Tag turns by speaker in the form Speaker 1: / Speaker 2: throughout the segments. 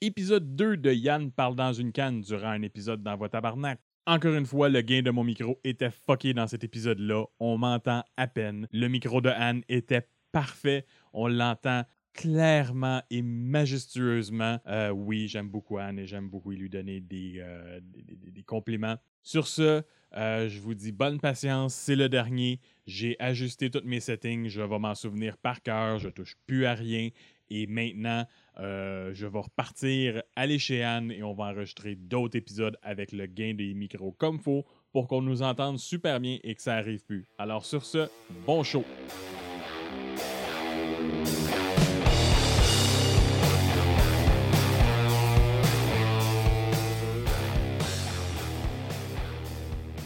Speaker 1: Épisode 2 de Yann parle dans une canne durant un épisode dans votre tabarnak. Encore une fois, le gain de mon micro était fucké dans cet épisode-là. On m'entend à peine. Le micro de Anne était parfait. On l'entend clairement et majestueusement. Euh, oui, j'aime beaucoup Anne et j'aime beaucoup lui donner des, euh, des, des- des compliments. Sur ce, euh, je vous dis bonne patience, c'est le dernier. J'ai ajusté tous mes settings, je vais m'en souvenir par cœur, je touche plus à rien. Et maintenant, euh, je vais repartir aller chez Anne et on va enregistrer d'autres épisodes avec le gain des micros comme faut pour qu'on nous entende super bien et que ça arrive plus. Alors sur ce, bon show!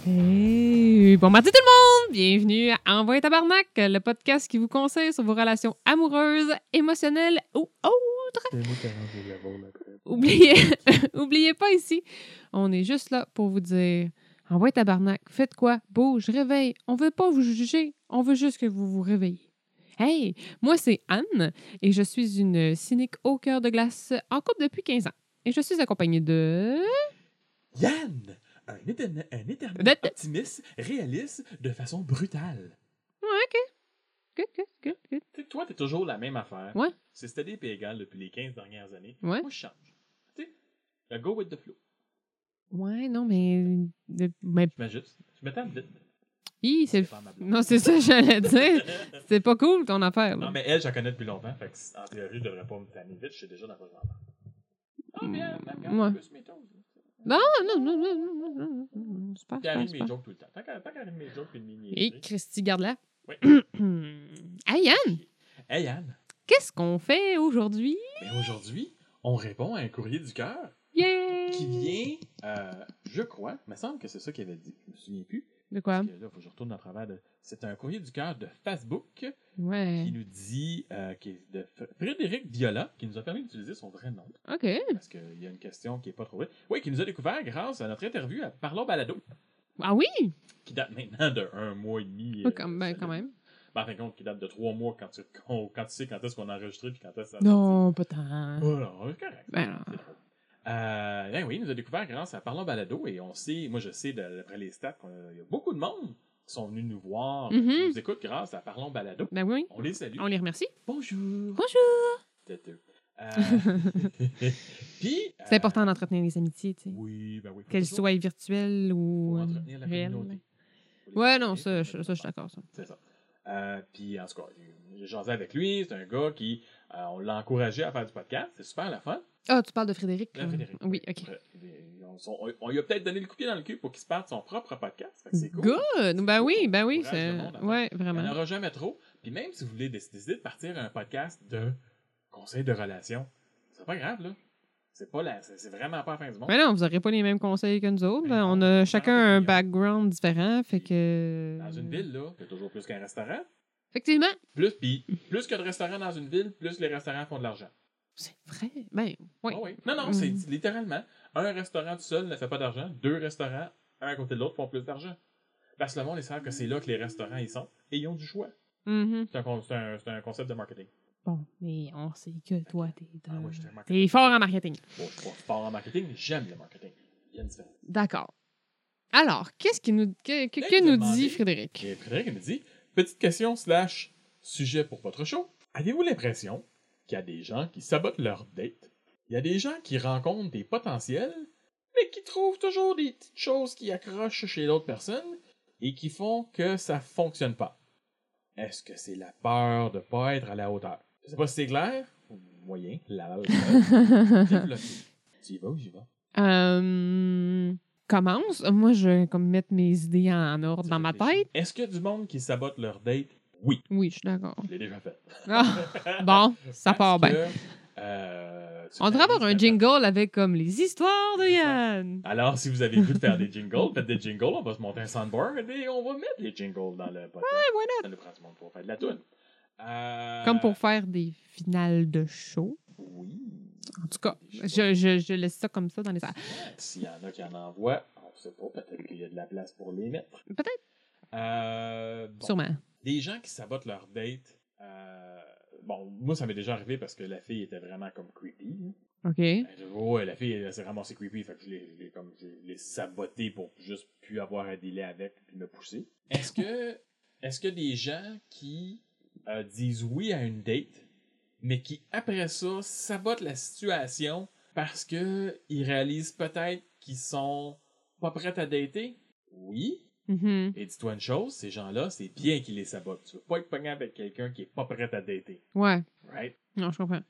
Speaker 2: Hey, bon matin tout le monde! Bienvenue à Envoyer Tabarnak, le podcast qui vous conseille sur vos relations amoureuses, émotionnelles ou autres. Oubliez, oubliez pas ici, on est juste là pour vous dire Envoyez Tabarnak, faites quoi? Bouge, réveille. On veut pas vous juger, on veut juste que vous vous réveillez. Hey, moi c'est Anne et je suis une cynique au cœur de glace en couple depuis 15 ans. Et je suis accompagnée de...
Speaker 3: Yann, un, éterne- un éternel
Speaker 2: De- de-
Speaker 3: optimiste, réaliste de façon brutale.
Speaker 2: Ouais, OK. Good, good, good, good.
Speaker 1: T'sais, toi, t'es toujours la même affaire.
Speaker 2: Ouais.
Speaker 1: C'est steady et égal depuis les 15 dernières années.
Speaker 2: Ouais.
Speaker 1: Moi, je change. Tu sais, le go with the flow.
Speaker 2: Ouais, non, mais. de- mais
Speaker 1: Je m'ajuste. Je m'étends vite.
Speaker 2: hi, c'est.
Speaker 1: pas ma blonde.
Speaker 2: Non, c'est ça que j'allais dire. C'est pas cool ton affaire,
Speaker 1: Non,
Speaker 2: là.
Speaker 1: mais elle, je la connais depuis longtemps. Fait que, en théorie, je devrais pas me tanner vite. Je suis déjà dans la première part. Ah, mais elle, elle regarde
Speaker 2: Ouais.
Speaker 1: un peu sur mes toes.
Speaker 2: Non, non, non, non, non, non, non, non, non, Super,
Speaker 1: Puis elle
Speaker 2: super,
Speaker 1: arrive mes
Speaker 2: super.
Speaker 1: jokes tout le temps. Tant qu'elle tant qu'elle arrive mes jokes et mes
Speaker 2: Et
Speaker 1: niaiseries.
Speaker 2: Christy, garde-la.
Speaker 1: Ouais.
Speaker 2: hey, Yann,
Speaker 3: Hey Yann,
Speaker 2: qu'est-ce qu'on fait aujourd'hui?
Speaker 3: ben aujourd'hui, on répond à un courrier du cœur
Speaker 2: Yeah!
Speaker 3: qui vient, euh, je crois, il me semble que c'est ça qu'il avait dit, je me souviens plus.
Speaker 2: De quoi?
Speaker 3: Parce que là, faut que je retourne à travers de... C'est un courrier du cœur de Facebook
Speaker 2: Ouais.
Speaker 3: qui nous dit, euh, qui est de Fr- Frédéric Viola, qui nous a permis d'utiliser son vrai nom.
Speaker 2: OK.
Speaker 3: Parce qu'il y a une question qui n'est pas trouvée. Oui, qui nous a découvert grâce à notre interview à Parlons Balado,
Speaker 2: Ah oui?
Speaker 3: qui date maintenant de un mois et demi. euh,
Speaker 2: Quand- ben,
Speaker 3: ça
Speaker 2: quand
Speaker 3: date-
Speaker 2: même.
Speaker 3: Ben, en fin de compte, qui date de trois mois quand tu, qu'on- quand tu sais quand est-ce qu'on a enregistré puis quand est-ce que ça a sorti.
Speaker 2: Non, pas tant.
Speaker 3: Oh non, c'est correct.
Speaker 2: Hein? Ben, non.
Speaker 3: C'est drôle. Euh, ben oui, il nous a découvert grâce à Parlons Balado et on sait, moi je sais de- d'après les stats qu'il y a beaucoup de monde qui sont venus nous voir,
Speaker 2: Mhm.
Speaker 3: qui nous écoutent grâce à Parlons Balado.
Speaker 2: Ben oui,
Speaker 3: On les salue.
Speaker 2: on les remercie.
Speaker 3: Bonjour.
Speaker 2: Bonjour!
Speaker 3: Têteux. Euh, puis,
Speaker 2: C'est
Speaker 3: euh,
Speaker 2: important d'entretenir les amitiés, tu sais.
Speaker 3: Oui, ben oui. faut
Speaker 2: Qu'elles
Speaker 3: toujours-
Speaker 2: soient virtuelles ou.
Speaker 3: Pour
Speaker 2: euh,
Speaker 3: entretenir la
Speaker 2: réelles.
Speaker 3: communauté. Faut les
Speaker 2: Ouais,
Speaker 3: entretenir,
Speaker 2: non, ça,
Speaker 3: faut
Speaker 2: je-
Speaker 3: les
Speaker 2: ça, je suis d'accord, ça.
Speaker 3: C'est ça. Euh, puis, en tout cas, j'ai jasé avec lui. C'est un gars qui, euh, on l'a encouragé à faire du podcast. C'est super la fun.
Speaker 2: Ah, tu parles de Frédéric?
Speaker 3: Là,
Speaker 2: euh,
Speaker 3: Frédéric,
Speaker 2: Oui, OK.
Speaker 3: euh, On, on- on lui a peut-être donné le coup de pied dans le cul pour qu'il se parte son propre podcast. Fait que c'est cool.
Speaker 2: Good! Ben oui, ben oui.
Speaker 3: Encourage
Speaker 2: c'est-
Speaker 3: le monde à faire.
Speaker 2: Ouais,
Speaker 3: Il n'y en
Speaker 2: vraiment.
Speaker 3: aura jamais trop. Puis même si vous voulez déc- décider de partir un podcast de conseils de relations, c'est pas grave, là. C'est pas la, c'est c'est vraiment pas la fin du monde.
Speaker 2: Mais Ben non, vous n'aurez pas les mêmes conseils que nous autres.
Speaker 3: Ben
Speaker 2: On
Speaker 3: non,
Speaker 2: a
Speaker 3: non,
Speaker 2: chacun
Speaker 3: non,
Speaker 2: un
Speaker 3: non.
Speaker 2: background différent, fait
Speaker 3: Puis,
Speaker 2: que...
Speaker 3: Dans une ville, là, t'as toujours plus qu'un restaurant.
Speaker 2: Effectivement.
Speaker 3: Plus, puis plus que de restaurants dans une ville, plus les restaurants font de l'argent.
Speaker 2: C'est vrai. Ben, oui.
Speaker 3: Ah oui. Non, non, c'est
Speaker 2: Mm-hmm.
Speaker 3: littéralement. Un restaurant tout seul ne fait pas d'argent. Deux restaurants, un à côté de l'autre, font plus d'argent. Parce que le monde, ils savent que c'est là que les restaurants, ils sont. Et ils ont du choix.
Speaker 2: Mhm.
Speaker 3: C'est un, con- c'est un- c'est un concept de marketing.
Speaker 2: Bon, mais on sait que toi, t'es...
Speaker 3: Ah ouais, j'étais un marketing.
Speaker 2: T'es fort en marketing.
Speaker 3: Bon, je suis pas fort en marketing, mais j'aime le marketing. Il y a une différence.
Speaker 2: D'accord. Alors, qu'est-ce qui nous... Que, que-
Speaker 3: Là,
Speaker 2: que
Speaker 3: il
Speaker 2: nous
Speaker 3: demandait-
Speaker 2: dit Frédéric?
Speaker 3: Et Frédéric il me dit Petite question slash sujet pour votre show. Avez-vous l'impression qu'il y a des gens qui sabotent leur date Il y a des gens qui rencontrent des potentiels, mais qui trouvent toujours des petites choses qui accrochent chez l'autre personne et qui font que ça fonctionne pas. Est-ce que c'est la peur de pas être à la hauteur Je sais pas si c'est clair ou moyen. La développer. Tu y vas ou j'y vas
Speaker 2: Euh, Commence. Moi, je vais comme mettre mes idées en ordre dans ma tête.
Speaker 3: Est-ce qu'il y a du monde qui sabote leur date Oui,
Speaker 2: Oui, je suis d'accord.
Speaker 3: je l'ai déjà fait.
Speaker 2: Ah, bon, ça part bien.
Speaker 3: euh,
Speaker 2: On devrait avoir un jingle avec comme les histoires de
Speaker 3: C'est ça.
Speaker 2: Yann.
Speaker 3: Alors, si vous avez le goût de faire des jingles, faites des jingles, on va se monter un soundboard et on va mettre les jingles dans le podcast.
Speaker 2: Ouais, why
Speaker 3: Ça nous prend du monde pour faire de la toune. Euh,
Speaker 2: not? Comme pour faire des finales de show.
Speaker 3: Oui.
Speaker 2: En tout cas, je, je- je laisse ça comme ça dans les airs.
Speaker 3: S'il y en a qui en envoient, on sait pas, peut-être qu'il y a de la place pour les mettre.
Speaker 2: Peut-être,
Speaker 3: Euh, bon.
Speaker 2: sûrement.
Speaker 3: Des gens qui sabotent leur date. euh, bon, moi, ça m'est déjà arrivé parce que la fille était vraiment comme creepy. là.
Speaker 2: OK.
Speaker 3: Ben, je- ouais, la fille, elle, s'est ramassée creepy, fait que je l'ai, je l'ai comme, je l'ai sabotée pour juste plus avoir à délai avec puis me pousser. Est-ce que, est-ce que des gens qui euh, disent oui à une date, mais qui après ça sabotent la situation parce que ils réalisent peut-être qu'ils sont pas prêts à dater? Oui,
Speaker 2: Mhm.
Speaker 3: et dis-toi une chose, ces gens-là, c'est bien qu'ils les sabotent. Tu veux pas être pogné avec quelqu'un qui est pas prêt à dater.
Speaker 2: Ouais.
Speaker 3: Right?
Speaker 2: Non, je comprends.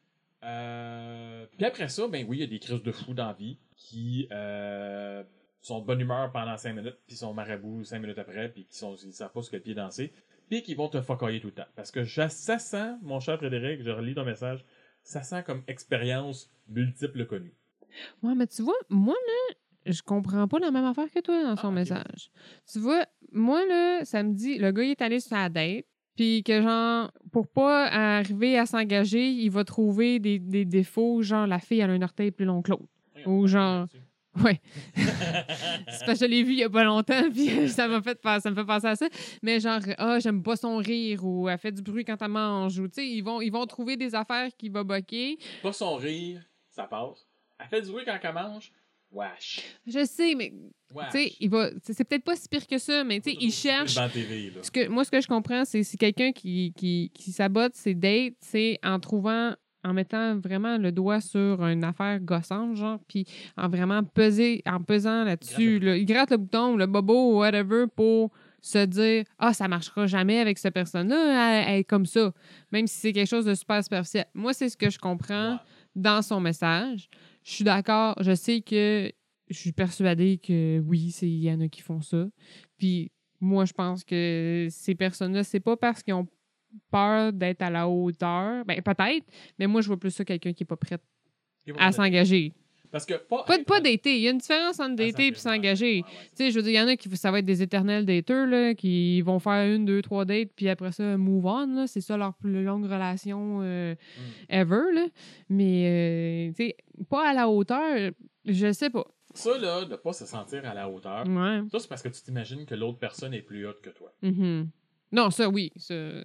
Speaker 3: Euh, Puis après ça, ben oui, il y a des crises de fous dans la vie qui euh, sont de bonne humeur pendant 5 minutes, puis sont marabouts 5 minutes après, puis qui sont, ils savent pas ce que le pied danser, puis qui vont te focailler tout le temps. Parce que je- ça sent, mon cher Frédéric, je relis ton message, ça sent comme expérience multiple connue.
Speaker 2: Ouais, mais tu vois, moi, là, je comprends pas la même affaire que toi dans
Speaker 3: Ah,
Speaker 2: son
Speaker 3: ok.
Speaker 2: message. Tu vois, moi, là, ça me dit, le gars, il est allé sur sa date, puis que, genre, pour pas arriver à s'engager, il va trouver des, des défauts, genre, la fille, elle a un orteil plus long que l'autre. Ou genre- Ouais. C'est parce que je l'ai vu il y a pas longtemps, puis ça m'a fait penser, ça me fait penser à ça. Mais genre, ah, j'aime pas son rire, ou elle fait du bruit quand elle mange, ou tu sais, ils vont, ils vont trouver des affaires qui va boquer.
Speaker 3: Pas son rire, ça passe. Elle fait du bruit quand elle mange, wesh.
Speaker 2: Je sais, mais
Speaker 3: Wesh.
Speaker 2: tu sais, il va, c'est c'est peut-être pas si pire que ça, mais tu sais, il cherche.
Speaker 3: Dans TV, là.
Speaker 2: Ce que, moi, ce que je comprends, c'est si quelqu'un qui, qui, qui sabote ses dates, c'est en trouvant, en mettant vraiment le doigt sur une affaire gossante, genre, puis en vraiment peser, en pesant là-dessus, là, il gratte le bouton, le bobo, ou whatever, pour se dire ah ça marchera jamais avec cette personne là elle, elle est comme ça même si c'est quelque chose de super superficiel moi c'est ce que je comprends
Speaker 3: Ouais.
Speaker 2: dans son message. Je suis d'accord, je sais que je suis persuadée que oui, c'est il y en a qui font ça. Puis moi, je pense que ces personnes-là, c'est pas parce qu'ils ont peur d'être à la hauteur. Ben peut-être, mais moi, je vois plus ça quelqu'un qui est pas prêt
Speaker 3: Ils vont
Speaker 2: à
Speaker 3: le-
Speaker 2: s'engager.
Speaker 3: Parce que pas.
Speaker 2: Pas, pas d'été. Il y a une différence entre d'été et s'engager. Tu sais, je veux dire, il y en a qui, ça va être des éternels dateurs, là, qui vont faire une, deux, trois dates, puis après ça, move on, là. C'est ça leur plus longue relation euh,
Speaker 3: Mm.
Speaker 2: ever, là. Mais, euh, tu sais, pas à la hauteur, je sais pas.
Speaker 3: Ça, là, de pas se sentir à la hauteur,
Speaker 2: Ouais.
Speaker 3: ça, c'est parce que tu t'imagines que l'autre personne est plus haute que toi.
Speaker 2: Mhm. Non, ça, oui. Ça... OK,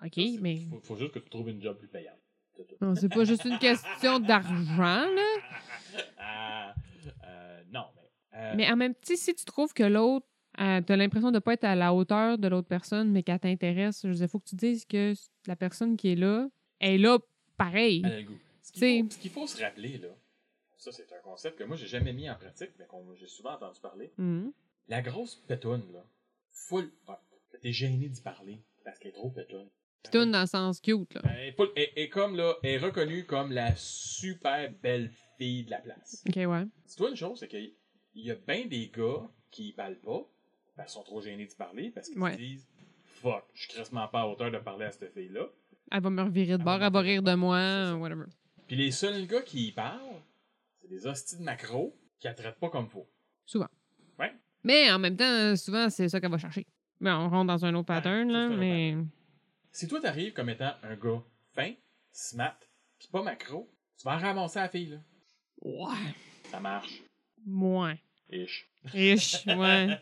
Speaker 3: Ça, c'est-
Speaker 2: mais...
Speaker 3: Faut, faut juste que tu trouves une job plus payante. C'est tout.
Speaker 2: Non, c'est pas juste une question d'argent, là.
Speaker 3: Ah, euh, non, mais. euh,
Speaker 2: Mais en même temps, si tu trouves que l'autre, euh, t'as l'impression de pas être à la hauteur de l'autre personne, mais qu'elle t'intéresse, je veux dire, faut que tu dises que la personne qui est là, elle est là pareil.
Speaker 3: elle a le goût. Ce
Speaker 2: T'sais-
Speaker 3: qu'il faut, ce qu'il faut se rappeler, là, ça, c'est un concept que moi, j'ai jamais mis en pratique, mais qu'on j'ai souvent entendu parler.
Speaker 2: Mhm.
Speaker 3: La grosse pétoune, là, full hot. T'es gêné d'y parler parce qu'elle est trop pétoune.
Speaker 2: Pitoune dans le sens cute, là.
Speaker 3: Elle est pas- elle- elle est comme, là, elle est reconnue comme la super belle fille de la place.
Speaker 2: OK, ouais.
Speaker 3: Dis-toi une chose, c'est qu'il y a bien des gars qui parlent pas, parce qu'ils sont trop gênés de parler, parce qu'ils
Speaker 2: Ouais.
Speaker 3: se disent Fuck, je suis crissement pas à hauteur de parler à cette fille-là.
Speaker 2: Elle va me revirer de bord, elle va rire de moi, whatever.
Speaker 3: Puis les seuls gars qui y parlent, c'est des hosties de macro qui la traitent pas comme faut.
Speaker 2: Souvent.
Speaker 3: Ouais.
Speaker 2: Mais en même temps, souvent, c'est ça qu'elle va chercher. Mais on rentre dans Ah, un autre pattern,
Speaker 3: Ouais, ça,
Speaker 2: là,
Speaker 3: c'est un autre
Speaker 2: mais...
Speaker 3: Si toi t'arrives comme étant un gars fin, smart, pis pas macro, tu vas en ramasser la fille, là.
Speaker 2: Ouais.
Speaker 3: Ça marche.
Speaker 2: Moins.
Speaker 3: Ish.
Speaker 2: Riche, ouais.
Speaker 3: Je l'ai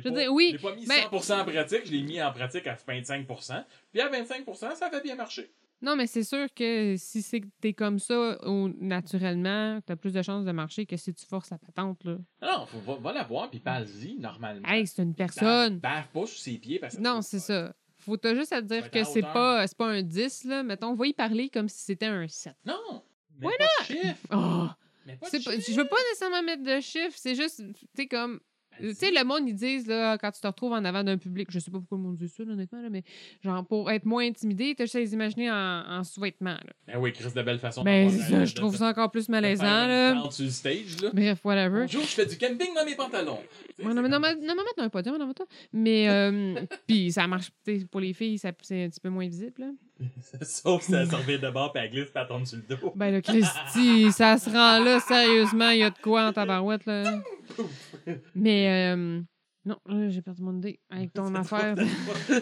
Speaker 2: Je veux
Speaker 3: pas-
Speaker 2: dire, oui,
Speaker 3: Je l'ai pas mis
Speaker 2: mais-
Speaker 3: 100% en pratique, je l'ai mis en pratique à 25%. Puis à 25%, ça fait bien marcher.
Speaker 2: Non, mais c'est sûr que si c'est que t'es comme ça, au- naturellement, t'as plus de chances de marcher que si tu forces la patente, là.
Speaker 3: Non, non, faut, va, va la voir, puis parle-y normalement.
Speaker 2: Hey, c'est une
Speaker 3: Bave
Speaker 2: personne!
Speaker 3: bave Bah, pas sur ses pieds parce que.
Speaker 2: Non, c'est ça. Faut t'as juste à te dire
Speaker 3: Faut être
Speaker 2: que
Speaker 3: à
Speaker 2: c'est
Speaker 3: hauteur.
Speaker 2: pas, c'est pas un 10, là. Mettons, va y parler comme si c'était un 7.
Speaker 3: Non! Mais pas de chiffre!
Speaker 2: Oh!
Speaker 3: Mais pas de
Speaker 2: C'est pas-
Speaker 3: chiffre!
Speaker 2: je veux pas nécessairement mettre de chiffres, c'est juste, tu sais, comme
Speaker 3: Ben,
Speaker 2: Tu sais, le monde, ils disent, là, quand tu te retrouves en avant d'un public, je sais pas pourquoi le monde dit ça, là, honnêtement, là, mais genre, pour être moins intimidé, t'as juste à les imaginer en, en sous-vêtements. là.
Speaker 3: Ben oui, Chris, de belle façon.
Speaker 2: Ben,
Speaker 3: d'avoir
Speaker 2: ça,
Speaker 3: la-
Speaker 2: je
Speaker 3: de-
Speaker 2: trouve
Speaker 3: de-
Speaker 2: ça encore plus
Speaker 3: de
Speaker 2: malaisant,
Speaker 3: faire une
Speaker 2: là.
Speaker 3: danse sur le stage, là.
Speaker 2: Bref, whatever.
Speaker 3: Bonjour, je fais du camping dans mes pantalons. Tu sais, c'est
Speaker 2: Ouais, non, mais
Speaker 3: comme-
Speaker 2: non, mais non, mais mettre un podium, non, mais toi. Mais, euh, puis ça marche, tu sais, pour les filles, ça- c'est un petit peu moins visible, là.
Speaker 3: Sauf que ça sortait de bord, puis elle glisse, puis elle tombe sur le dos.
Speaker 2: Ben, le Christy, ça se rend là, sérieusement, il y a de quoi en tabarouette, là. Mais, euh, non, là, j'ai perdu mon idée avec ton affaire.
Speaker 3: Tu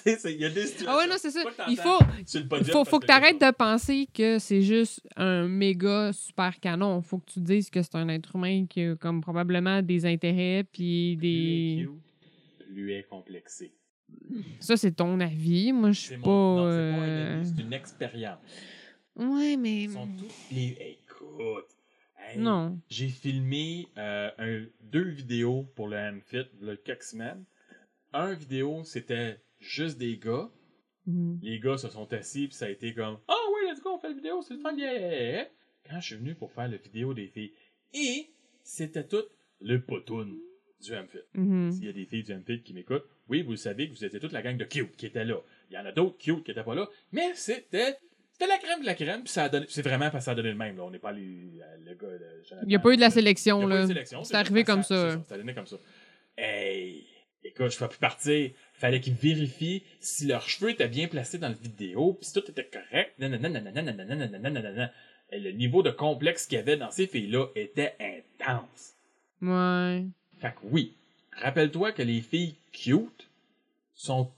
Speaker 3: sais, c'est- il y a des situations.
Speaker 2: Ah ouais, non, c'est ça.
Speaker 3: Faut que t'entends
Speaker 2: Il faut,
Speaker 3: sur le
Speaker 2: Il
Speaker 3: podium
Speaker 2: faut,
Speaker 3: parce
Speaker 2: faut que tu arrêtes de penser que c'est juste un méga super canon. faut que tu dises que c'est un être humain qui a comme probablement des intérêts puis
Speaker 3: Plus est
Speaker 2: des.
Speaker 3: cute, Plus est complexé.
Speaker 2: Ça, c'est ton avis. Moi, je
Speaker 3: C'est
Speaker 2: suis
Speaker 3: mon-
Speaker 2: pas.
Speaker 3: non, c'est pas un
Speaker 2: euh,
Speaker 3: avis, c'est une expérience.
Speaker 2: Ouais, mais.
Speaker 3: Ils sont tous les. Écoute, Hey,
Speaker 2: Non.
Speaker 3: J'ai filmé euh, un- deux vidéos pour le Hamfit, le quelques semaines. Un vidéo, c'était juste des gars.
Speaker 2: Mhm.
Speaker 3: Les gars se sont assis, puis ça a été comme Ah oui, let's go, on fait la vidéo, c'est le fun, yeah, yeah, yeah. Quand je suis venu pour faire la vidéo des filles, et c'était tout le potoun du Hamfit.
Speaker 2: Mhm.
Speaker 3: S'il y a des filles du Hempit qui m'écoutent, oui, vous le savez que vous étiez toute la gang de cute qui était là. Il y en a d'autres cute qui étaient pas là, mais c'était c'était la crème de la crème, puis ça a donné- c'est vraiment parce que ça a donné le même. Là. On n'est pas les, euh, le gars de Jonathan.
Speaker 2: Il n'y a pas eu de la
Speaker 3: Il y a
Speaker 2: sélection,
Speaker 3: pas eu de
Speaker 2: là.
Speaker 3: sélection,
Speaker 2: C'est arrivé
Speaker 3: vraiment
Speaker 2: comme ça.
Speaker 3: c'est ça donné comme ça. Hey! Écoute, je ne plus partir. Fallait qu'ils vérifient si leurs cheveux étaient bien placés dans la vidéo, puis si tout était correct. Nanana, nanana, nanana, nanana, nanana. Et le niveau de complexe qu'il y avait dans ces filles-là était intense.
Speaker 2: Ouais.
Speaker 3: Fait que oui, rappelle-toi que les filles cute sont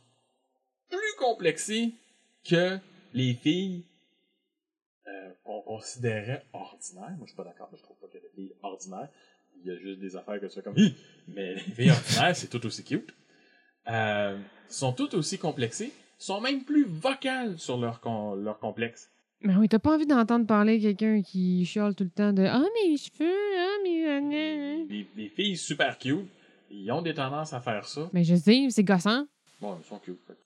Speaker 3: plus complexées que les filles euh, qu'on considérait ordinaires. Moi, je suis pas d'accord, je trouve pas qu'il y a des filles ordinaires. Il y a juste des affaires que ça comme Hi! Mais les filles ordinaires, c'est tout aussi cute. Euh, sont toutes aussi complexées, sont même plus vocales sur leur, com- leur complexe.
Speaker 2: Mais Ben oui, t'as pas envie d'entendre parler quelqu'un qui chiale tout le temps de Ah, mes cheveux, ah, mes.
Speaker 3: Les, les filles super cute, ils ont des tendances à faire ça.
Speaker 2: Mais Ben, je sais, c'est gossant.
Speaker 3: Bon, elles sont cute. fait que-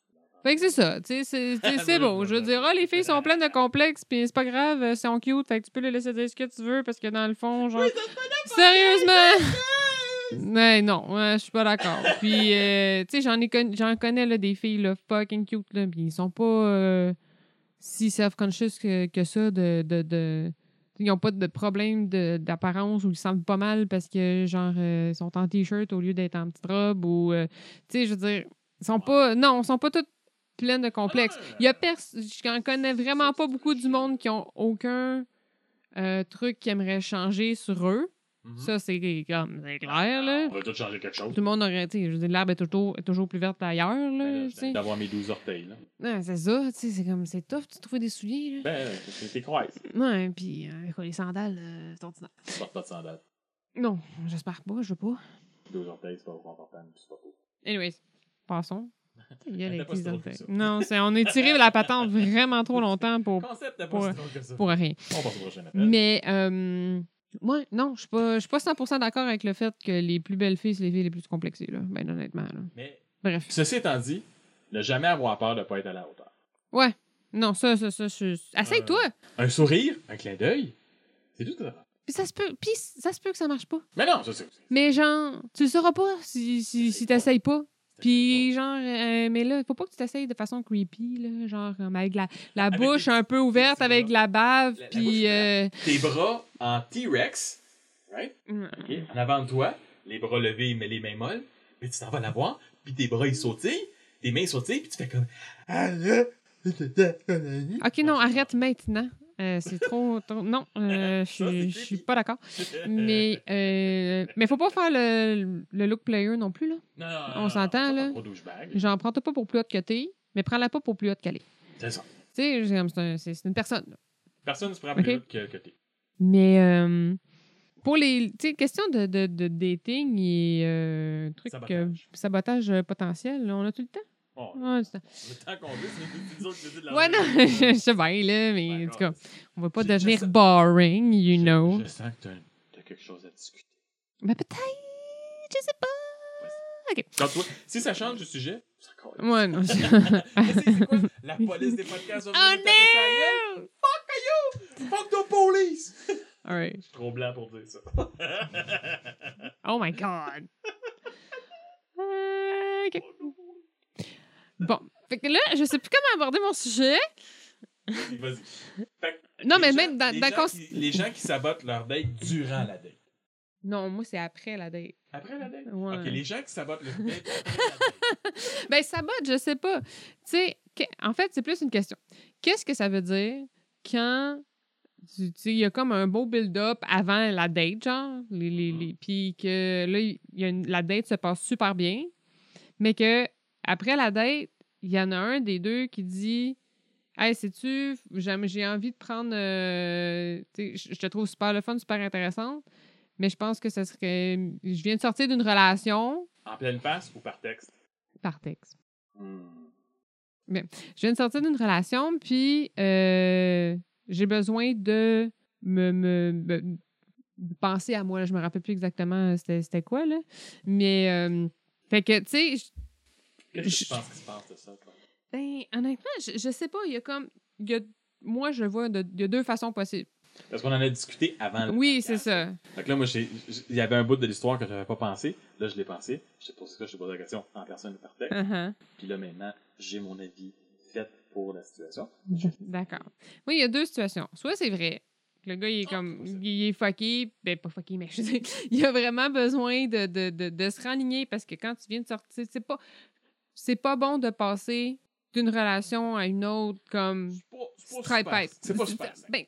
Speaker 2: Fait que c'est ça, tu sais, c'est- c'est c'est beau. Je veux dire, ah, les filles sont pleines de complexes, puis c'est pas grave, elles sont cute, fait que tu peux les laisser dire ce que tu veux, parce que dans le fond, genre... Sérieusement! Mais non, ouais, je suis pas d'accord. Puis, euh, tu sais, j'en ai con- j'en connais, là, des filles, là, fucking cute, là, puis ils sont pas euh, si self-conscious que, que ça de... de, de- ils n'ont pas de problème de- d'apparence ou ils se sentent pas mal parce que, genre, euh, ils sont en t-shirt au lieu d'être en petite robe ou... euh, tu sais, je veux dire, ils sont pas... Non, ils sont pas toutes pleines de complexes. Il y a pers- j'en connais vraiment pas beaucoup du monde qui ont aucun euh, truc qui aimerait changer sur eux.
Speaker 3: Mhm.
Speaker 2: Ça, c'est comme, c'est clair, là.
Speaker 3: On va tout changer quelque chose.
Speaker 2: Tout le monde aurait, tu sais, je veux dire, l'herbe est toujours, est toujours plus verte ailleurs,
Speaker 3: Ben
Speaker 2: là,
Speaker 3: là,
Speaker 2: tu sais.
Speaker 3: D'avoir mes 12 orteils, là.
Speaker 2: Ouais, c'est ça, tu sais, c'est comme, c'est tough de trouver des souliers, là.
Speaker 3: Ben, c'est t'es croise.
Speaker 2: Ouais, puis euh, quoi, les sandales, euh, c'est ordinaire.
Speaker 3: Tu portes pas de sandales.
Speaker 2: Non, j'espère pas, je veux pas.
Speaker 3: 12 orteils, c'est pas confortable, puis c'est pas beau.
Speaker 2: Anyways, passons. Il y a
Speaker 3: Elle
Speaker 2: les
Speaker 3: était pas si
Speaker 2: petits
Speaker 3: drôle que ça.
Speaker 2: orteils. Non, c'est, on est tiré la patente vraiment trop longtemps pour,
Speaker 3: Concept de
Speaker 2: pas si
Speaker 3: drôle que ça.
Speaker 2: pour rien.
Speaker 3: On passe au prochain appel.
Speaker 2: Mais euh, moi, non, je suis pas, je suis pas 100% d'accord avec le fait que les plus belles filles, c'est les filles les plus complexées, là. Ben, honnêtement, là.
Speaker 3: Mais,
Speaker 2: Bref.
Speaker 3: ceci étant dit, ne jamais avoir peur de pas être à la hauteur.
Speaker 2: Non, ça, ça, ça, je... Asseye-toi!
Speaker 3: Un sourire, un clin d'œil, c'est tout. ça.
Speaker 2: Puis ça se peut, puis ça se peut que ça marche pas.
Speaker 3: Mais non, ça c'est.
Speaker 2: Mais genre, tu le sauras pas si, si, si t'essayes pas. Puis genre, euh, mais là, faut pas que tu t'essayes de façon creepy, là. Genre, euh, avec la, la
Speaker 3: Avec
Speaker 2: bouche
Speaker 3: les
Speaker 2: un peu ouverte,
Speaker 3: petits
Speaker 2: avec
Speaker 3: bras.
Speaker 2: la bave,
Speaker 3: La- la bouche
Speaker 2: puis... euh,
Speaker 3: Tes bras en T-Rex, right? OK? En avant de toi, les bras levés, mais les mains molles, mais tu t'en vas la voir, puis tes bras ils sautillent, tes mains sautillent, puis tu fais comme. Ah là!
Speaker 2: euh, Ok, non, arrête maintenant. Euh, c'est trop, trop- Non, euh, je suis- je suis pas d'accord. Mais euh, mais faut pas faire le, le look player non plus là.
Speaker 3: Non, non, non,
Speaker 2: On
Speaker 3: non,
Speaker 2: s'entend,
Speaker 3: non,
Speaker 2: là.
Speaker 3: pas trop douchebag.
Speaker 2: Genre prends toi pas pour plus haute que t'es, mais prends la pas pour plus haute qu'elle est.
Speaker 3: C'est ça.
Speaker 2: Tu sais, c'est comme- c'est un- c'est c'est une personne. là.
Speaker 3: Personne ne se prend
Speaker 2: Ok.
Speaker 3: plus haut que, que t'es.
Speaker 2: Mais euh, pour les tu sais question de, de, de dating et euh, truc
Speaker 3: Sabotage.
Speaker 2: euh, sabotage euh, potentiel, là, on a tout le temps.
Speaker 3: Bon,
Speaker 2: On a tout le temps.
Speaker 3: le temps qu'on veut, c'est une décision que j'ai de la
Speaker 2: Ah, Ouais non, je sais bien là, mais en tout cas, on va pas
Speaker 3: Je- je
Speaker 2: devenir
Speaker 3: sais-
Speaker 2: boring, you know.
Speaker 3: Je, sens que t'as, t'as quelque chose à discuter.
Speaker 2: Mais peut-être, je sais pas.
Speaker 3: Donc, toi, si ça change de sujet, ça colle.
Speaker 2: Ouais non.
Speaker 3: Mais c'est c'est quoi? La police des podcasts va venir
Speaker 2: Oh,
Speaker 3: nous taper sur la gueule? Fuck you! Fuck the police!
Speaker 2: All right.
Speaker 3: Je suis trop blanc pour dire ça.
Speaker 2: Oh my God. Euh, ok. Bon, fait que là, je sais plus comment aborder mon sujet.
Speaker 3: Vas-y, Vas-y.
Speaker 2: Non,
Speaker 3: Les
Speaker 2: mais
Speaker 3: gens-
Speaker 2: même dans,
Speaker 3: les,
Speaker 2: dans
Speaker 3: gens
Speaker 2: cons-
Speaker 3: qui, les gens qui sabotent leur date durant la date.
Speaker 2: Non, moi, c'est après la date.
Speaker 3: Après la date?
Speaker 2: Ouais.
Speaker 3: Ok, les gens qui sabotent leur date après la date.
Speaker 2: Ben, ça botte, je sais pas. Tu sais, que- en fait, c'est plus une question. Qu'est-ce que ça veut dire quand. Tu tu sais, il y a comme un beau build-up avant la date, genre. Les, les, les- puis que là, il y a une- la date se passe super bien. Mais que après la date, il y en a un des deux qui dit Hey, sais-tu, j'aime- j'ai envie de prendre. euh, tu sais, je je te trouve super le fun, super intéressante. Mais je pense que ça serait. Je viens de sortir d'une relation
Speaker 3: En pleine face ou par texte?
Speaker 2: par texte.
Speaker 3: Hmm.
Speaker 2: je viens de sortir d'une relation, puis euh, j'ai besoin de me, me- me- pensée à moi. Là, je me rappelle plus exactement euh, c'était c'était quoi, là. Mais, euh, fait que, tu sais, je-
Speaker 3: Qu'est-ce que
Speaker 2: Je-
Speaker 3: tu penses qui se passe de ça? toi?
Speaker 2: ben, honnêtement, je, je sais pas. Il y a comme. il y a- moi, je vois, de- il y a deux façons possibles.
Speaker 3: Parce qu'on en a discuté avant. le
Speaker 2: Oui,
Speaker 3: podcast.
Speaker 2: c'est ça.
Speaker 3: Fait que là, moi, j'ai- j'ai- il y avait un bout de l'histoire que j'avais pas pensé. Là, je l'ai pensé. C'est pour ça que je te pose la question en personne par texte.
Speaker 2: Uh-huh.
Speaker 3: Puis là, maintenant, j'ai mon avis fait pour la situation.
Speaker 2: D'accord. Oui, il y a deux situations. Soit c'est vrai. Le gars, il est
Speaker 3: Ah,
Speaker 2: comme.
Speaker 3: c'est possible.
Speaker 2: Il est fucké. Ben, pas fucké, mais je veux dire, il a vraiment besoin de, de, de, de se renligner parce que quand tu viens de sortir, c'est pas. C'est pas bon de passer d'une relation à une autre comme.
Speaker 3: C'est pas, c'est pas
Speaker 2: Stripe
Speaker 3: super.
Speaker 2: Mm. pipe.
Speaker 3: C'est pas super.
Speaker 2: Ben,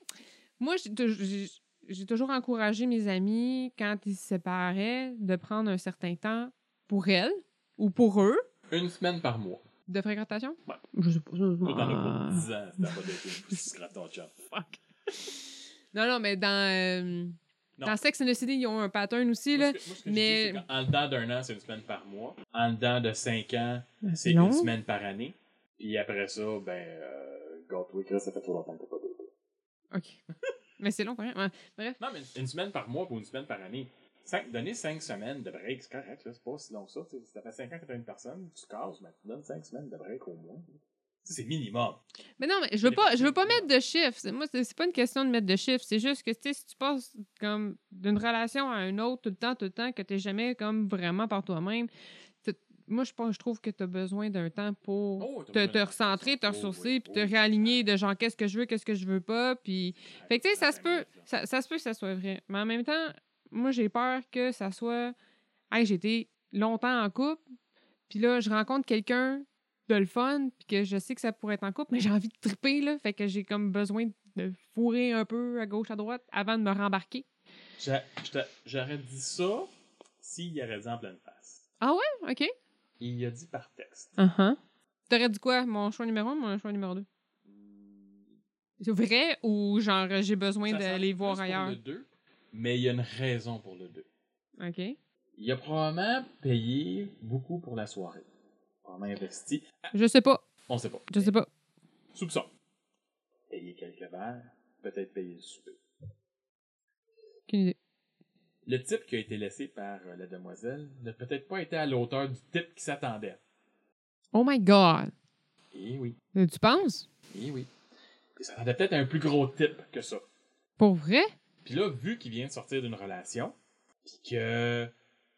Speaker 2: moi, j'ai tou- j'ai- j'ai toujours encouragé mes amis, quand ils se séparaient, de prendre un certain temps pour elles ou pour eux
Speaker 3: Une semaine par mois.
Speaker 2: de fréquentation.
Speaker 3: Ouais.
Speaker 2: Je sais pas. je-
Speaker 3: Toi, t'en as
Speaker 2: Ah.
Speaker 3: pour 10 ans. T'as pas d'été. Tu scrapes ton chum.
Speaker 2: Non, non, mais dans, euh,
Speaker 3: Non.
Speaker 2: dans Sex and the City, ils ont un pattern aussi.
Speaker 3: Moi, ce
Speaker 2: Là.
Speaker 3: que- moi, ce que je
Speaker 2: mais-
Speaker 3: dis, c'est qu'en- en dedans d'un an, c'est une semaine par mois. En dedans de cinq ans, c'est
Speaker 2: long.
Speaker 3: une semaine par année. Puis après ça, ben, euh, gâteau Chris, ça fait trop longtemps que t'as pas d'été.
Speaker 2: OK. mais c'est long quand même. hein. Ouais. Bref.
Speaker 3: Non, mais une- une semaine par mois ou une semaine par année. Cinq, donner cinq semaines de break, c'est correct, là, c'est pas si long que ça. tu sais. Si t'as fait cinq ans que t'as une personne, tu casses, mais tu donnes cinq semaines de break au moins. Ça, C'est minimum.
Speaker 2: Mais non, mais je veux pas, je veux pas mettre de chiffres. C'est- Moi, c'est c'est pas une question de mettre de chiffres. C'est juste que, tu sais, si tu passes comme d'une relation à une autre tout le temps, tout le temps, que t'es jamais comme vraiment par toi-même, t'as- moi, je pense, je trouve que t'as besoin d'un temps pour
Speaker 3: Oh, t'as
Speaker 2: te,
Speaker 3: besoin
Speaker 2: te
Speaker 3: de-
Speaker 2: recentrer, te
Speaker 3: Oh,
Speaker 2: ressourcer,
Speaker 3: oui,
Speaker 2: puis te
Speaker 3: oui.
Speaker 2: réaligner de genre qu'est-ce que je veux, qu'est-ce que je veux pas, puis...
Speaker 3: Oh.
Speaker 2: Fait que, tu sais, ça se
Speaker 3: Cinq
Speaker 2: peut,
Speaker 3: minutes, là.
Speaker 2: ça, ça se peut que ça soit vrai. Mais en même temps, moi, j'ai peur que ça soit... Hey, j'ai été longtemps en couple, puis là, je rencontre quelqu'un de le fun, puis que je sais que ça pourrait être en couple, mais j'ai envie de triper, là. Fait que j'ai comme besoin de fourrer un peu à gauche, à droite, avant de me rembarquer.
Speaker 3: J'a- j't'a- J'aurais dit ça s'il y aurait dit en pleine face.
Speaker 2: OK?
Speaker 3: Il y a dit par texte.
Speaker 2: Uh-huh. T'aurais dit quoi? Mon choix numéro un ou mon choix numéro deux? C'est vrai ou genre j'ai besoin
Speaker 3: Ça sent
Speaker 2: d'aller voir
Speaker 3: plus pour
Speaker 2: ailleurs?
Speaker 3: le deux, mais il y a une raison pour le 2.
Speaker 2: OK.
Speaker 3: Il a probablement payé beaucoup pour la soirée. Probablement investi.
Speaker 2: Je sais pas.
Speaker 3: On sait pas.
Speaker 2: Je sais pas.
Speaker 3: Soupçon. Payer quelques verres, peut-être payer le souper.
Speaker 2: Aucune idée.
Speaker 3: Le type qui a été laissé par euh, la demoiselle n'a peut-être pas été à l'auteur du type qui s'attendait.
Speaker 2: Oh my God!
Speaker 3: Eh oui,
Speaker 2: Euh, Tu penses?
Speaker 3: eh oui. Il s'attendait peut-être à un plus gros type que ça.
Speaker 2: Pour vrai?
Speaker 3: Puis là, vu qu'il vient de sortir d'une relation, puis que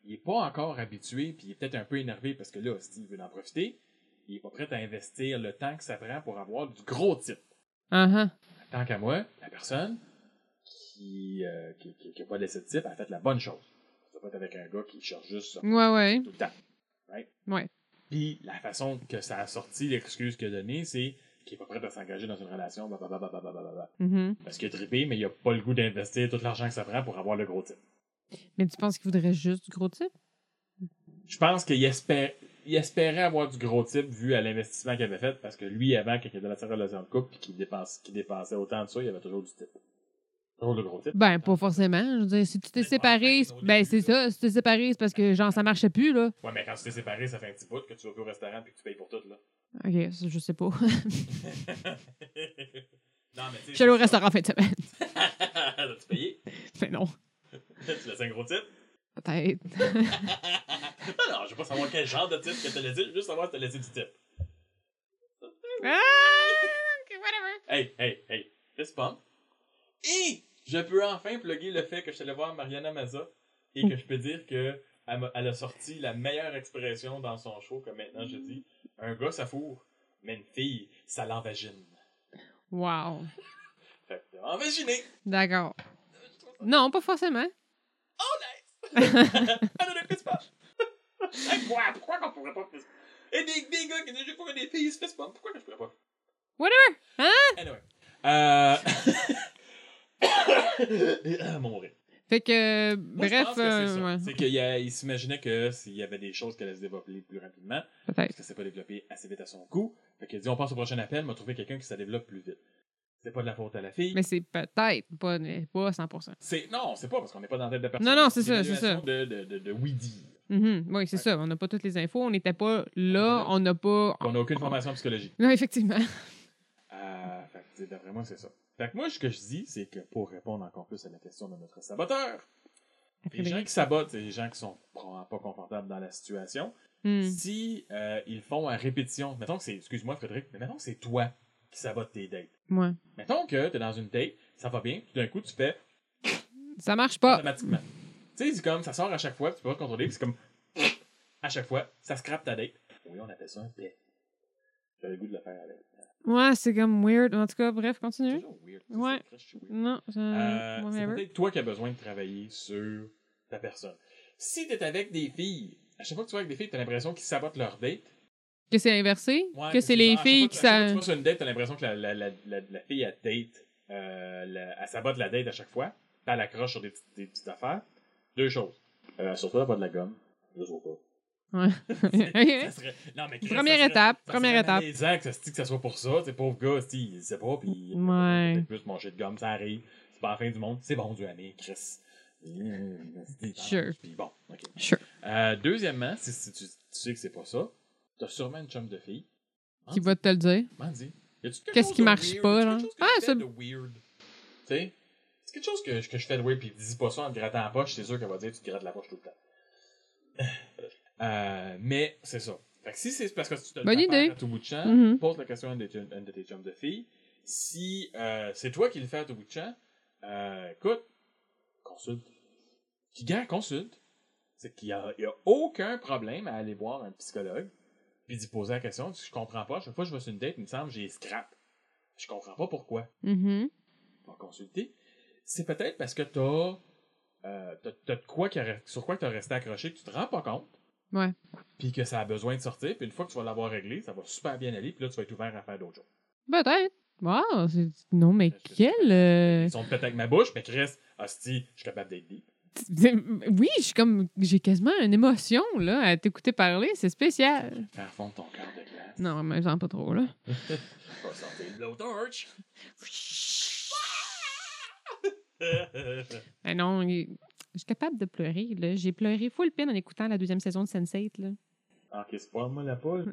Speaker 3: il est pas encore habitué, puis il est peut-être un peu énervé parce que là, s'il veut en profiter, il est pas prêt à investir le temps que ça prend pour avoir du gros type.
Speaker 2: Uh-huh.
Speaker 3: Tant qu'à moi, la personne qui euh, qui, qui- qui a pas laissé de type a fait la bonne chose. Ça peut être avec un gars qui cherche juste ça
Speaker 2: Ouais, ouais.
Speaker 3: tout le temps. Right?
Speaker 2: Ouais.
Speaker 3: Puis la façon que ça a sorti, l'excuse qu'il a donnée, c'est qu'il est pas prêt à s'engager dans une relation, bah, blablabla, blablabla.
Speaker 2: Mhm.
Speaker 3: Parce qu'il a trippé, mais il a pas le goût d'investir tout l'argent que ça prend pour avoir le gros type.
Speaker 2: Mais tu penses qu'il voudrait juste du gros type?
Speaker 3: Je pense qu'il espérait, il espérait avoir du gros type vu à l'investissement qu'il avait fait parce que lui, avant, quand il était dans sa relation de couple et qu'il dépense, qu'il dépensait autant de ça, il avait toujours du type. Toujours le gros type.
Speaker 2: Ben, pas forcément. Je veux dire, si tu t'es séparé, c'est- ben c'est ça. Si tu t'es séparé, c'est parce que genre ça marchait plus, là.
Speaker 3: Ouais, mais quand tu t'es séparé, ça fait un petit bout que tu vas plus au restaurant puis que tu payes pour tout, là.
Speaker 2: OK, ça, je sais pas.
Speaker 3: non, mais tu sais,
Speaker 2: Je suis allée au
Speaker 3: c'est ça.
Speaker 2: restaurant en fin de semaine.
Speaker 3: T'as-tu payé?
Speaker 2: Mais non,
Speaker 3: tu laisses un gros type?
Speaker 2: peut-être.
Speaker 3: non, non, je veux pas savoir quel genre de type que t'as laissé, je veux juste savoir si t'as laissé du type.
Speaker 2: Ah, OK, whatever.
Speaker 3: Hey, hey, hey, fist bump. Et je peux enfin plugger le fait que je suis allé voir Mariana Maza et que je peux dire que elle, m'a- elle a sorti la meilleure expression dans son show que maintenant je dis. Un gars, ça fourre, mais une fille, ça l'envagine.
Speaker 2: Wow.
Speaker 3: Fait que, envaginé!
Speaker 2: D'accord. Non, pas forcément.
Speaker 3: Ah non, non, fist bump! Hey, pourquoi, pourquoi qu'on pourrait pas fist Et des, des gars qui disent, je veux pas que des filles se fist bump, pourquoi que je pourrais pas?
Speaker 2: Whatever.
Speaker 3: Anyway. Euh... Ah, Mon rire.
Speaker 2: Fait que, euh,
Speaker 3: Moi, je
Speaker 2: bref,
Speaker 3: pense que c'est
Speaker 2: euh,
Speaker 3: ça.
Speaker 2: ouais,
Speaker 3: C'est qu'il y a- il s'imaginait que s'il y avait des choses qu'elle allait se développer plus rapidement, parce
Speaker 2: peut-être.
Speaker 3: que c'est pas développé assez vite à son coup. Fait qu'il dit on passe au prochain appel, m'a trouvé quelqu'un qui se développe plus vite. C'est pas de la faute à la fille.
Speaker 2: Mais c'est peut-être, pas, mais pas 100%.
Speaker 3: C'est non, c'est pas parce qu'on n'est pas dans la tête de la personne.
Speaker 2: Non, non, c'est ça,
Speaker 3: une
Speaker 2: c'est ça.
Speaker 3: évaluation De, de, de, de oui-dire.
Speaker 2: Mhm, Oui, c'est
Speaker 3: Ouais.
Speaker 2: ça. On n'a pas toutes les infos. On n'était pas là. On n'a pas.
Speaker 3: On n'a aucune formation en psychologie.
Speaker 2: Non, effectivement.
Speaker 3: Euh, fait que, tu sais, d'après moi, c'est ça. Fait que moi, ce que je dis, c'est que pour répondre encore plus à la question de notre saboteur,
Speaker 2: Après,
Speaker 3: les gens
Speaker 2: ben,
Speaker 3: qui sabotent, c'est les gens qui sont probablement pas confortables dans la situation.
Speaker 2: hmm.
Speaker 3: Si euh, ils font à répétition, mettons que c'est, excuse-moi Frédéric, mais mettons que c'est toi qui sabote tes dates.
Speaker 2: Ouais.
Speaker 3: Mettons que t'es dans une date, ça va bien, tout d'un coup tu fais
Speaker 2: Ça marche pas.
Speaker 3: automatiquement. Tu sais, c'est comme ça sort à chaque fois, puis tu peux pas le contrôler, puis c'est comme à chaque fois, ça scrape ta date. Oui, on appelle ça un pet. J'avais le goût de le faire avec.
Speaker 2: Ouais, c'est comme weird. En tout cas, bref,
Speaker 3: C'est
Speaker 2: continue.
Speaker 3: toujours weird.
Speaker 2: Hmm. Ouais.
Speaker 3: C'est très weird.
Speaker 2: Non, ça-
Speaker 3: Euh, c'est
Speaker 2: whatever.
Speaker 3: peut-être toi qui as besoin de travailler sur ta personne. Si t'es avec des filles, à chaque fois que tu vas avec des filles, t'as l'impression qu'ils sabotent leur date.
Speaker 2: Que c'est inversé?
Speaker 3: Ouais,
Speaker 2: que c'est les
Speaker 3: genre, à chaque
Speaker 2: filles
Speaker 3: fois-
Speaker 2: qui
Speaker 3: à chaque fois que
Speaker 2: savent.
Speaker 3: Tu vas sur une date, t'as l'impression que la, la, la, la, la fille, elle date, euh, la- elle sabote la date à chaque fois, puis elle accroche sur des, petites- des petites affaires. Deux choses. Euh, surtout, elle pas de la gomme. Je vois pas. Ça serait- non, mais Chris,
Speaker 2: Première
Speaker 3: ça serait-
Speaker 2: étape,
Speaker 3: ça
Speaker 2: première
Speaker 3: serait
Speaker 2: étape.
Speaker 3: malaisant que ça se dit que ça soit pour ça. T'sais, pauvre gars, t'sais, il sait pas, puis il
Speaker 2: Ouais.
Speaker 3: peut-être plus manger de gomme, ça arrive. C'est pas la fin du monde. C'est bon, du année, Chris. Mmh, c'est-
Speaker 2: Sure.
Speaker 3: Puis bon, ok.
Speaker 2: Sure.
Speaker 3: Euh, deuxièmement, si, si tu, tu sais que c'est pas ça, t'as sûrement une chum de fille.
Speaker 2: Qui va te le dire?
Speaker 3: Comment dit?
Speaker 2: Qu'est-ce qui marche pas, genre? Ah,
Speaker 3: Ah,
Speaker 2: c'est-
Speaker 3: c'est. de weird. Tu sais? C'est quelque chose que, que je fais de weird, puis dis pas ça en te grattant la poche, c'est sûr qu'elle va dire tu te grattes la poche tout le temps. Euh, mais c'est ça. Fait que si c'est parce que tu te le
Speaker 2: Bonne
Speaker 3: fais faire
Speaker 2: idée.
Speaker 3: à tout bout de champ,
Speaker 2: Mhm.
Speaker 3: pose la question à une de, tes- une de tes chums de filles. Si euh, c'est toi qui le fais à tout bout de champ, euh, écoute, consulte. Qui gars consulte. C'est qu'il n'y a, il y a aucun problème à aller voir un psychologue puis d'y poser la question. Je comprends pas. Chaque fois que je vais sur une date, il me semble que j'ai scrap. Je comprends pas pourquoi.
Speaker 2: Mhm.
Speaker 3: On va consulter. C'est peut-être parce que t'as, euh, t'as, t'as de quoi qui aurait- sur quoi tu as resté accroché que tu te rends pas compte.
Speaker 2: Ouais.
Speaker 3: Puis que ça a besoin de sortir. Puis une fois que tu vas l'avoir réglé, ça va super bien aller. Puis là, tu vas être ouvert à faire d'autres choses.
Speaker 2: Peut-être. Wow, c'est- non, mais quel... euh,
Speaker 3: Ils sont peut-être avec ma bouche, mais Chris, hostie, je suis capable d'être deep.
Speaker 2: Oui, je suis comme... J'ai quasiment une émotion, là, à t'écouter parler. C'est spécial.
Speaker 3: Faire fondre ton cœur de glace.
Speaker 2: Non, mais j'en pas trop, là.
Speaker 3: Va sortir le blowtorch.
Speaker 2: Ben non, il- je suis capable de pleurer, là. J'ai pleuré full pin en écoutant la deuxième saison de Sense8, là.
Speaker 3: Encaisse pas, moi, la poule.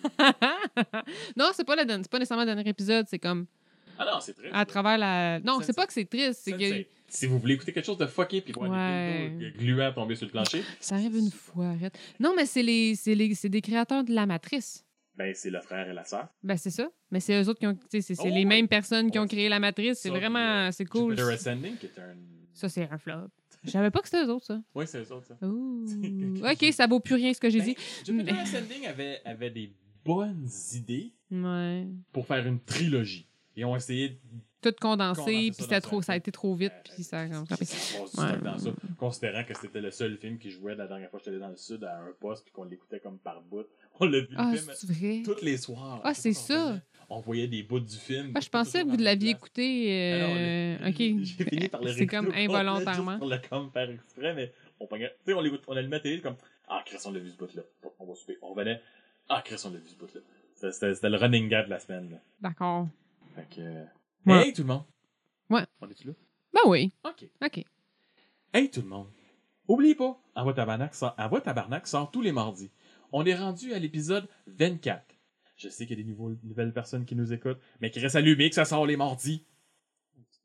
Speaker 2: non, c'est pas, la dernière- c'est pas nécessairement le dernier épisode, c'est comme
Speaker 3: Ah non, c'est triste.
Speaker 2: à travers la. Non,
Speaker 3: Sense8.
Speaker 2: c'est pas que c'est triste, c'est que.
Speaker 3: Sensei, Si vous voulez écouter quelque chose de fucké puis voir
Speaker 2: Ouais.
Speaker 3: des dildos gluants tomber sur le plancher,
Speaker 2: Ça arrive une fois, arrête. Non, mais c'est les, c'est les, c'est des créateurs de la matrice.
Speaker 3: ben c'est le frère et la sœur.
Speaker 2: Ben, c'est ça. Mais c'est eux autres qui ont. tu sais, C'est c'est
Speaker 3: Oh,
Speaker 2: les
Speaker 3: ouais.
Speaker 2: mêmes personnes qui ont
Speaker 3: Ouais.
Speaker 2: créé la matrice. C'est
Speaker 3: Ça,
Speaker 2: vraiment. C'est cool.
Speaker 3: Jupiter Ascending qui est un.
Speaker 2: Ça, c'est un flop. Je savais pas que c'était eux autres, ça.
Speaker 3: Oui, c'est eux autres, ça.
Speaker 2: Ouh.
Speaker 3: C'est-
Speaker 2: Ok, ça vaut plus rien ce que j'ai
Speaker 3: Ben,
Speaker 2: dit.
Speaker 3: Jupiter
Speaker 2: Mais-
Speaker 3: Ascending avait, avait des bonnes idées
Speaker 2: Ouais.
Speaker 3: pour faire une trilogie. Ils ont essayé de.
Speaker 2: Tout
Speaker 3: Condenser ça
Speaker 2: condensé, puis c'était
Speaker 3: dans un
Speaker 2: trop, ça a
Speaker 3: film.
Speaker 2: été trop vite,
Speaker 3: euh,
Speaker 2: puis ça.
Speaker 3: qui- qui s'en passe du
Speaker 2: Ouais.
Speaker 3: stock dans ça, considérant que c'était le seul film qui jouait la dernière fois que j'étais allé dans le sud à un poste puis qu'on l'écoutait comme par bout. On l'a vu
Speaker 2: Ah,
Speaker 3: le film
Speaker 2: c'est vrai.
Speaker 3: tous les soirs.
Speaker 2: Ah,
Speaker 3: Je sais pas
Speaker 2: c'est
Speaker 3: comment on
Speaker 2: ça.
Speaker 3: faisait. On voyait des bouts du film.
Speaker 2: Ah, je pensais que vous l'aviez écouté. euh,
Speaker 3: Alors,
Speaker 2: ok.
Speaker 3: J'ai fini par le
Speaker 2: C'est
Speaker 3: réécouter
Speaker 2: comme
Speaker 3: au complet,
Speaker 2: involontairement.
Speaker 3: juste Pour le comme faire exprès, mais on pognait- tu sais, on l'écoute, on allumait la télé comme Ah, Chris, on l'a vu ce bout-là. Bon, On va souper. On revenait. Ah, Chris, on l'a vu ce bout-là. Ça, C'était c'était le running gag de la semaine. Là.
Speaker 2: D'accord.
Speaker 3: Fait que. euh,
Speaker 2: Ouais.
Speaker 3: Hey, tout le monde.
Speaker 2: Ouais.
Speaker 3: On est-tu là?
Speaker 2: Ben oui.
Speaker 3: OK.
Speaker 2: OK.
Speaker 3: Hey, tout le monde. Oublie pas, Envoi Tabarnak sort, Envoi Tabarnak sort tous les mardis. On est rendu à l'épisode 24. Je sais qu'il y a des nouveaux- nouvelles personnes qui nous écoutent, mais qui restent allumés que ça sort les mardis.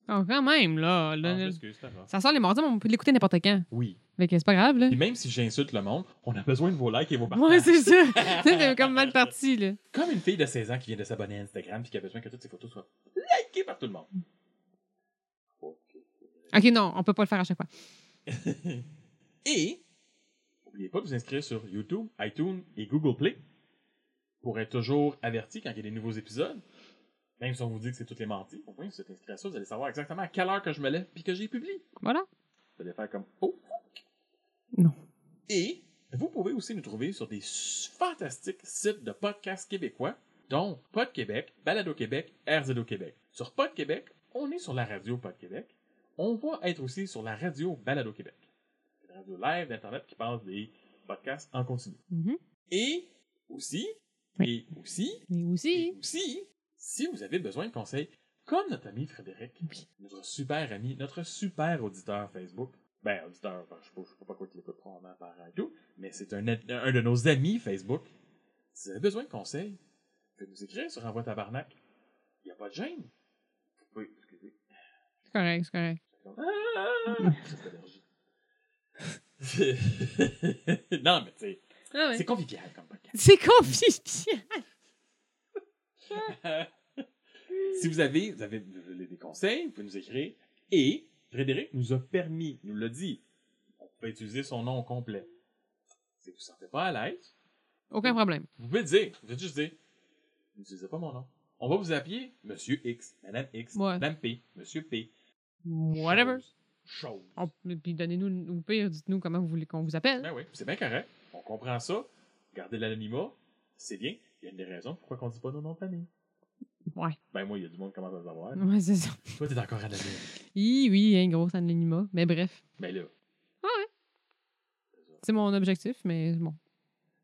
Speaker 2: Oh, quand même, là.
Speaker 3: Ah,
Speaker 2: là,
Speaker 3: je
Speaker 2: là.
Speaker 3: m'excuse, c'est pas grave.
Speaker 2: ça sort les mardis, mais on peut l'écouter n'importe quand.
Speaker 3: Oui.
Speaker 2: Fait que c'est pas grave, là.
Speaker 3: Et même si j'insulte le monde, on a besoin de vos likes et vos partages.
Speaker 2: Ouais, c'est ça. Tu sais, t'es comme mal parti, là.
Speaker 3: Comme une fille de 16 ans qui vient de s'abonner à Instagram et qui a besoin que toutes ses photos soient likées par tout le monde.
Speaker 2: OK, non, on peut pas le faire à chaque fois.
Speaker 3: Et, n'oubliez pas de vous inscrire sur YouTube, iTunes et Google Play pour être toujours averti quand il y a des nouveaux épisodes. Même si on vous dit que c'est toutes les mardis, au moins, si vous êtes inscrit à ça, vous allez savoir exactement à quelle heure que je me lève puis que j'ai publié.
Speaker 2: Voilà.
Speaker 3: Vous allez faire comme Oh! fuck.
Speaker 2: Non.
Speaker 3: Et vous pouvez aussi nous trouver sur des s- fantastiques sites de podcasts québécois, dont Pod Québec, Balado Québec, RZO Québec. Sur Pod Québec, on est sur la radio Pod Québec. On va être aussi sur la radio Balado Québec. Une radio live d'Internet qui passe des podcasts en continu.
Speaker 2: Mhm.
Speaker 3: Et aussi, et aussi,
Speaker 2: Mais
Speaker 3: et
Speaker 2: aussi.
Speaker 3: aussi, si vous avez besoin de conseils, comme notre ami Frédéric, notre super ami, notre super auditeur Facebook, ben auditeur, ben, je sais pas, je sais pas pourquoi il l'écoute probablement par radio, mais c'est un, un de nos amis Facebook. Si vous avez besoin de conseils, vous pouvez nous écrire sur Envoi Tabarnak. Il n'y a pas de gêne. Vous pouvez
Speaker 2: C'est correct, c'est correct.
Speaker 3: Ah, crise d'allergie. C'est- non, mais tu sais,
Speaker 2: Ah ouais.
Speaker 3: c'est convivial comme podcast.
Speaker 2: C'est convivial.
Speaker 3: si vous avez, vous avez vous voulez des conseils, vous pouvez nous écrire. Et Frédéric nous a permis, nous l'a dit, on peut utiliser son nom complet. Si vous ne vous sentez pas à l'aise,
Speaker 2: Aucun problème.
Speaker 3: vous pouvez le dire, vous pouvez juste dire, n'utilisez pas mon nom. On va vous appeler Monsieur X, Madame X,
Speaker 2: Ouais.
Speaker 3: Madame P, Monsieur P.
Speaker 2: Whatever.
Speaker 3: Chose. Chose.
Speaker 2: On- puis donnez-nous, au pire, dites-nous comment vous voulez qu'on vous appelle.
Speaker 3: Ben oui, c'est bien correct. On comprend ça. Gardez l'anonymat, c'est bien. Il y a une des raisons pourquoi on dit pas nos noms de famille.
Speaker 2: Ouais. Mm.
Speaker 3: Ben moi, il y a du monde qui commence à le savoir.
Speaker 2: Ouais, c'est ça.
Speaker 3: Toi, t'es encore anonyme.
Speaker 2: Oui, oui, un gros anonymat. Mais bref,
Speaker 3: Ben là.
Speaker 2: c'est mon objectif, mais bon.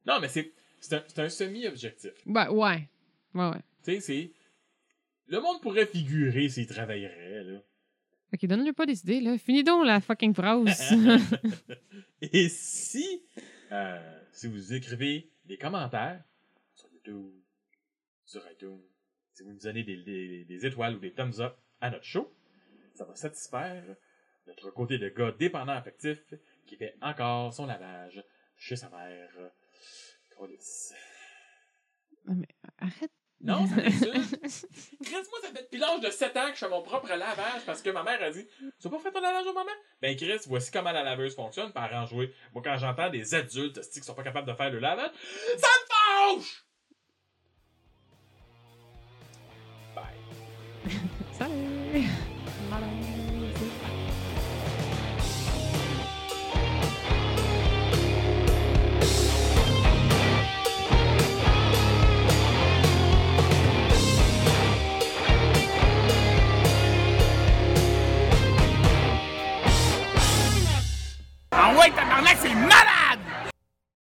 Speaker 3: Non, mais c'est c'est un, c'est un semi-objectif.
Speaker 2: Ben, ouais. Ouais, ouais.
Speaker 3: Tu sais, c'est. Le monde pourrait figurer s'il travaillerait, là.
Speaker 2: Ok, donne-le pas des idées, là. Finis donc la fucking phrase.
Speaker 3: Et si, euh, si vous écrivez des commentaires sur YouTube, sur iTunes, si vous nous donnez des, des- des étoiles ou des thumbs up à notre show, ça va satisfaire notre côté de gars dépendant affectif qui fait encore son lavage chez sa mère. Câlisse.
Speaker 2: Arrête.
Speaker 3: Non, ça m'insulte. Chris, moi, ça fait depuis l'âge de 7 ans que je fais mon propre lavage parce que ma mère a dit Tu vas pas faire ton lavage au moment Ben, Chris, voici comment la laveuse fonctionne, par en jouer. Moi, quand j'entends des adultes hostie, qui sont pas capables de faire le lavage, ça me fâche Bye.
Speaker 2: Salut. Bye-bye.
Speaker 4: Ah ouais, tabarnak, c'est mal!